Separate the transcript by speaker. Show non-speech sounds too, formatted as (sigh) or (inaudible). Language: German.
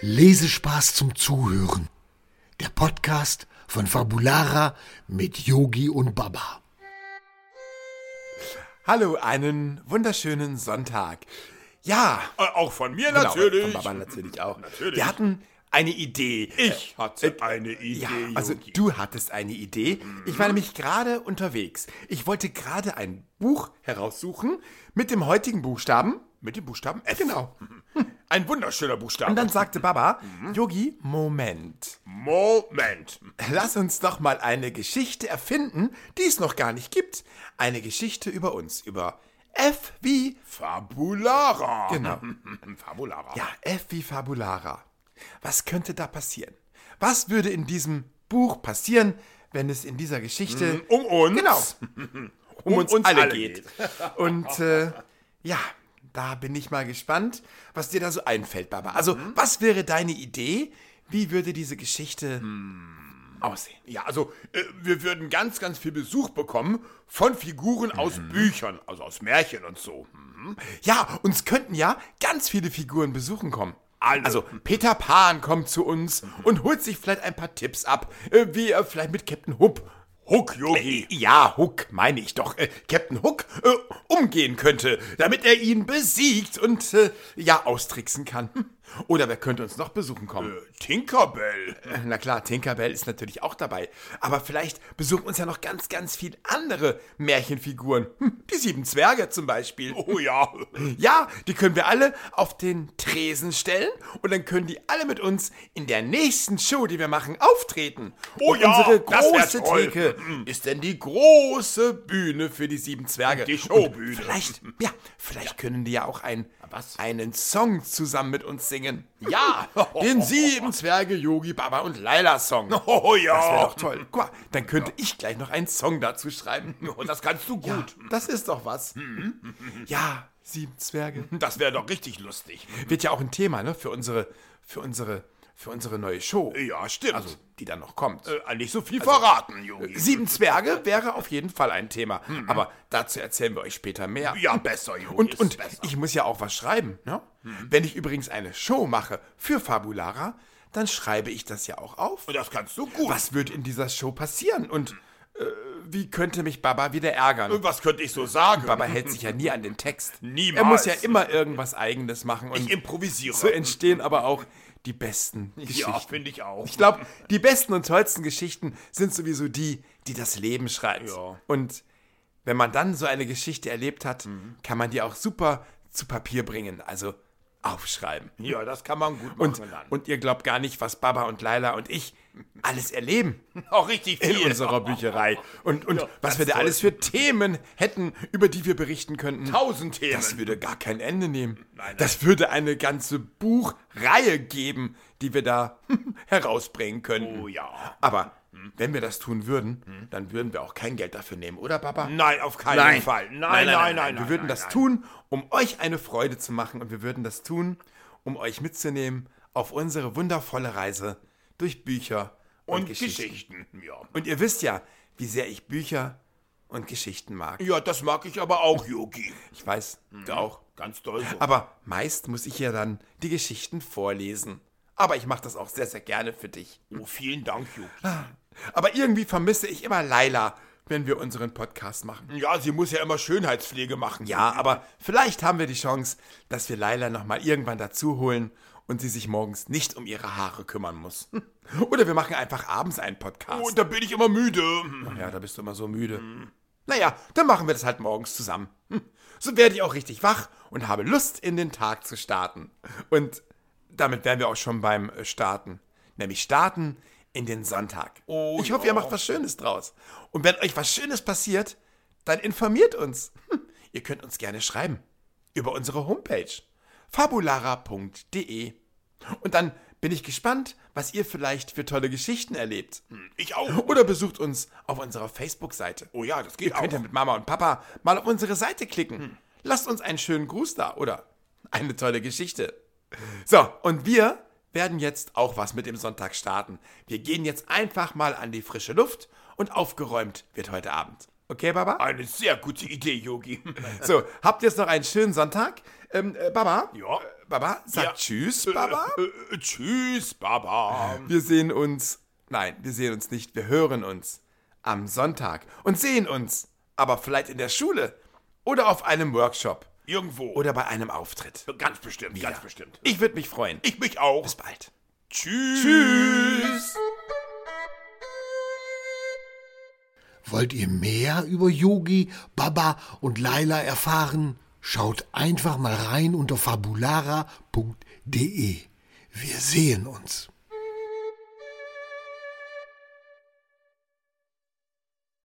Speaker 1: Lesespaß zum Zuhören. Der Podcast von Fabulara mit Yogi und Baba.
Speaker 2: Hallo, einen wunderschönen Sonntag. Ja,
Speaker 3: Äh, Auch von mir
Speaker 2: genau,
Speaker 3: natürlich.
Speaker 2: Von Baba natürlich auch.
Speaker 3: Natürlich.
Speaker 2: Wir hatten eine Idee.
Speaker 3: ich hatte eine Idee.
Speaker 2: Äh, Ja, also
Speaker 3: Yogi.
Speaker 2: du hattest eine Idee. Ich war nämlich gerade unterwegs. Ich wollte gerade ein Buch heraussuchen mit dem heutigen Buchstaben.
Speaker 3: mit dem Buchstaben F.
Speaker 2: Genau.
Speaker 3: Ein wunderschöner Buchstabe.
Speaker 2: Und dann sagte Baba, Yogi, Moment.
Speaker 3: Moment.
Speaker 2: Lass uns doch mal eine Geschichte erfinden, die es noch gar nicht gibt. Eine Geschichte über uns, über F wie,
Speaker 3: Fabulara.
Speaker 2: Genau.
Speaker 3: (laughs) Fabulara.
Speaker 2: ja, F wie Fabulara. Was könnte da passieren? Was würde in diesem Buch passieren, wenn es in dieser Geschichte
Speaker 3: Um uns.
Speaker 2: Genau. um, uns, alle, geht.
Speaker 3: geht.
Speaker 2: (laughs) Und äh, ja, da bin ich mal gespannt, was dir da so einfällt, Baba. Also,
Speaker 3: Mhm.
Speaker 2: was wäre deine Idee? Wie würde diese Geschichte aussehen?
Speaker 3: Hm. Ja, also äh, wir würden ganz, ganz viel Besuch bekommen von Figuren aus
Speaker 2: Mhm.
Speaker 3: Büchern, also aus Märchen und so. Mhm.
Speaker 2: Ja, uns könnten ja ganz viele Figuren besuchen kommen.
Speaker 3: Alle.
Speaker 2: Also, Peter Pan kommt zu uns und holt sich vielleicht ein paar Tipps ab, äh, wie er vielleicht mit Captain Hook.
Speaker 3: Huck, Yogi.
Speaker 2: Ja, Hook, meine ich doch. Äh, Captain Hook äh, umgehen könnte, damit er ihn besiegt und äh, ja, austricksen kann. Hm. Oder wer könnte uns noch besuchen kommen?
Speaker 3: Äh, Tinkerbell.
Speaker 2: Äh, Na klar, Tinkerbell ist natürlich auch dabei. Aber vielleicht besuchen uns ja noch ganz, ganz viele andere Märchenfiguren. Hm, Die sieben Zwerge zum Beispiel.
Speaker 3: Oh ja.
Speaker 2: (laughs) Ja, die können wir alle auf den Tresen stellen und dann können die alle mit uns in der nächsten Show, die wir machen, auftreten.
Speaker 3: Oh
Speaker 2: und
Speaker 3: ja,
Speaker 2: unsere
Speaker 3: das wär
Speaker 2: große
Speaker 3: toll. Mhm.
Speaker 2: Theke ist dann die große Bühne für die sieben Zwerge.
Speaker 3: Die
Speaker 2: Und
Speaker 3: Showbühne.
Speaker 2: Vielleicht, ja, vielleicht können die ja auch ein,
Speaker 3: was?
Speaker 2: einen Song zusammen mit
Speaker 3: (laughs)
Speaker 2: uns singen. Ja, den sieben Zwerge Yogi Baba und Laila Song.
Speaker 3: (laughs) Oh ja.
Speaker 2: Das wäre doch toll. Guck mal, dann könnte ich gleich noch einen Song
Speaker 3: (laughs)
Speaker 2: dazu schreiben.
Speaker 3: Und Oh, das kannst du
Speaker 2: Ja,
Speaker 3: gut. Mhm.
Speaker 2: das ist doch was. Ja, sieben Zwerge.
Speaker 3: Das wäre doch richtig lustig.
Speaker 2: Wird ja auch ein Thema, ne? Für unsere, für unsere, für unsere neue Show.
Speaker 3: Ja, stimmt.
Speaker 2: Also, Äh, die dann noch kommt.
Speaker 3: äh, nicht so viel verraten, Yogi.
Speaker 2: Sieben Zwerge wäre auf jeden Fall ein Thema. Aber dazu erzählen wir euch später mehr.
Speaker 3: Mhm. Ja, besser, Yogi.
Speaker 2: Und,
Speaker 3: ist
Speaker 2: und
Speaker 3: besser. Mhm.
Speaker 2: ich muss ja auch was schreiben, ne? Wenn ich übrigens eine Show mache für Fabulara, dann schreibe ich das ja auch auf.
Speaker 3: Und das kannst du gut.
Speaker 2: Was wird in dieser Show passieren? Und äh, wie könnte mich Baba wieder ärgern?
Speaker 3: Und was könnte ich so sagen?
Speaker 2: Baba hält sich ja nie an den Text.
Speaker 3: Niemals.
Speaker 2: Er muss ja immer irgendwas Eigenes machen. Und
Speaker 3: ich improvisiere.
Speaker 2: so entstehen aber auch die besten Geschichten.
Speaker 3: ja, finde ich auch.
Speaker 2: Ich glaube, die besten und tollsten Geschichten sind sowieso die, die das Leben schreibt.
Speaker 3: Ja.
Speaker 2: Und wenn man dann so eine Geschichte erlebt hat,
Speaker 3: Mhm.
Speaker 2: kann man die auch super zu Papier bringen, also aufschreiben.
Speaker 3: ja, das kann man gut machen
Speaker 2: Und,
Speaker 3: dann.
Speaker 2: und ihr glaubt gar nicht, was Baba und Laila und ich alles erleben
Speaker 3: auch richtig
Speaker 2: in
Speaker 3: viel.
Speaker 2: unserer Bücherei. Und, und was
Speaker 3: das
Speaker 2: wir da
Speaker 3: soll-
Speaker 2: alles für Themen hätten, über die wir berichten könnten.
Speaker 3: Tausend Themen.
Speaker 2: Das würde gar kein Ende nehmen.
Speaker 3: nein.
Speaker 2: Das würde eine ganze Buchreihe geben, die wir da (laughs) herausbringen könnten.
Speaker 3: oh ja. Hm.
Speaker 2: Aber wenn wir das tun würden, dann würden wir auch kein Geld dafür nehmen, oder Papa?
Speaker 3: Nein, auf keinen
Speaker 2: Nein.
Speaker 3: Fall. Nein, nein, nein, nein.
Speaker 2: Wir würden
Speaker 3: nein,
Speaker 2: das
Speaker 3: nein.
Speaker 2: tun, um euch eine Freude zu machen und wir würden das tun, um euch mitzunehmen auf unsere wundervolle Reise durch Bücher und,
Speaker 3: Und
Speaker 2: Geschichten.
Speaker 3: Geschichten. Ja.
Speaker 2: Und ihr wisst ja, wie sehr ich Bücher und Geschichten mag.
Speaker 3: ja, Mhm. das mag ich aber auch, Yogi.
Speaker 2: Ich weiß, du auch.
Speaker 3: Ganz toll so.
Speaker 2: Aber meist muss ich ja dann die Geschichten vorlesen. Aber ich mache das auch sehr, sehr gerne für dich.
Speaker 3: oh, vielen Dank, Yogi.
Speaker 2: Aber irgendwie vermisse ich immer Laila, wenn wir unseren Podcast machen.
Speaker 3: Ja, sie muss ja immer Schönheitspflege machen.
Speaker 2: Ja, aber vielleicht haben wir die Chance, dass wir Laila nochmal irgendwann dazu holen und sie sich morgens nicht um ihre Haare kümmern muss. (laughs) Oder wir machen einfach abends einen Podcast.
Speaker 3: Und da bin ich immer müde.
Speaker 2: Ja, da bist du immer so müde.
Speaker 3: Mhm.
Speaker 2: Naja, dann machen wir das halt morgens zusammen. Hm. So werde ich auch richtig wach und habe Lust, in den Tag zu starten. Und damit wären wir auch schon beim äh, Starten. Nämlich starten in den Sonntag.
Speaker 3: Oh,
Speaker 2: ich hoffe,
Speaker 3: ja.
Speaker 2: ihr macht was Schönes draus. Und wenn euch was Schönes passiert, dann informiert uns. Hm. Ihr könnt uns gerne schreiben. Über unsere Homepage. fabulara.de. Und dann bin ich gespannt, was ihr vielleicht für tolle Geschichten erlebt.
Speaker 3: Ich auch.
Speaker 2: Oder besucht uns auf unserer Facebook-Seite.
Speaker 3: Oh ja, das
Speaker 2: Ihr
Speaker 3: geht
Speaker 2: könnt ja
Speaker 3: auch. Hm.
Speaker 2: mit Mama und Papa mal auf unsere Seite klicken. Lasst uns einen schönen Gruß da, oder? Eine tolle Geschichte. So, und wir werden jetzt auch was mit dem Sonntag starten. Wir gehen jetzt einfach mal an die frische Luft und aufgeräumt wird heute Abend. Okay, Baba?
Speaker 3: Eine sehr gute Idee, Yogi.
Speaker 2: So, habt jetzt noch einen schönen Sonntag. Ähm, äh, Baba?
Speaker 3: Ja.
Speaker 2: äh, Baba, sag Tschüss,
Speaker 3: (laughs)
Speaker 2: Baba. Äh.
Speaker 3: Äh, äh, tschüss, Baba.
Speaker 2: Wir sehen uns. Nein, wir sehen uns nicht. Wir hören uns. Am Sonntag. Und sehen uns. Aber vielleicht in der Schule. Oder auf einem Workshop.
Speaker 3: Irgendwo.
Speaker 2: Oder bei einem Auftritt.
Speaker 3: ganz bestimmt, ganz bestimmt.
Speaker 2: Ich würde mich freuen.
Speaker 3: Ich mich auch.
Speaker 2: Bis bald.
Speaker 3: Tschüss.
Speaker 2: Tschüss.
Speaker 1: Wollt ihr mehr über Yogi, Baba und Laila erfahren? Schaut einfach mal rein unter fabulara.de. Wir sehen uns.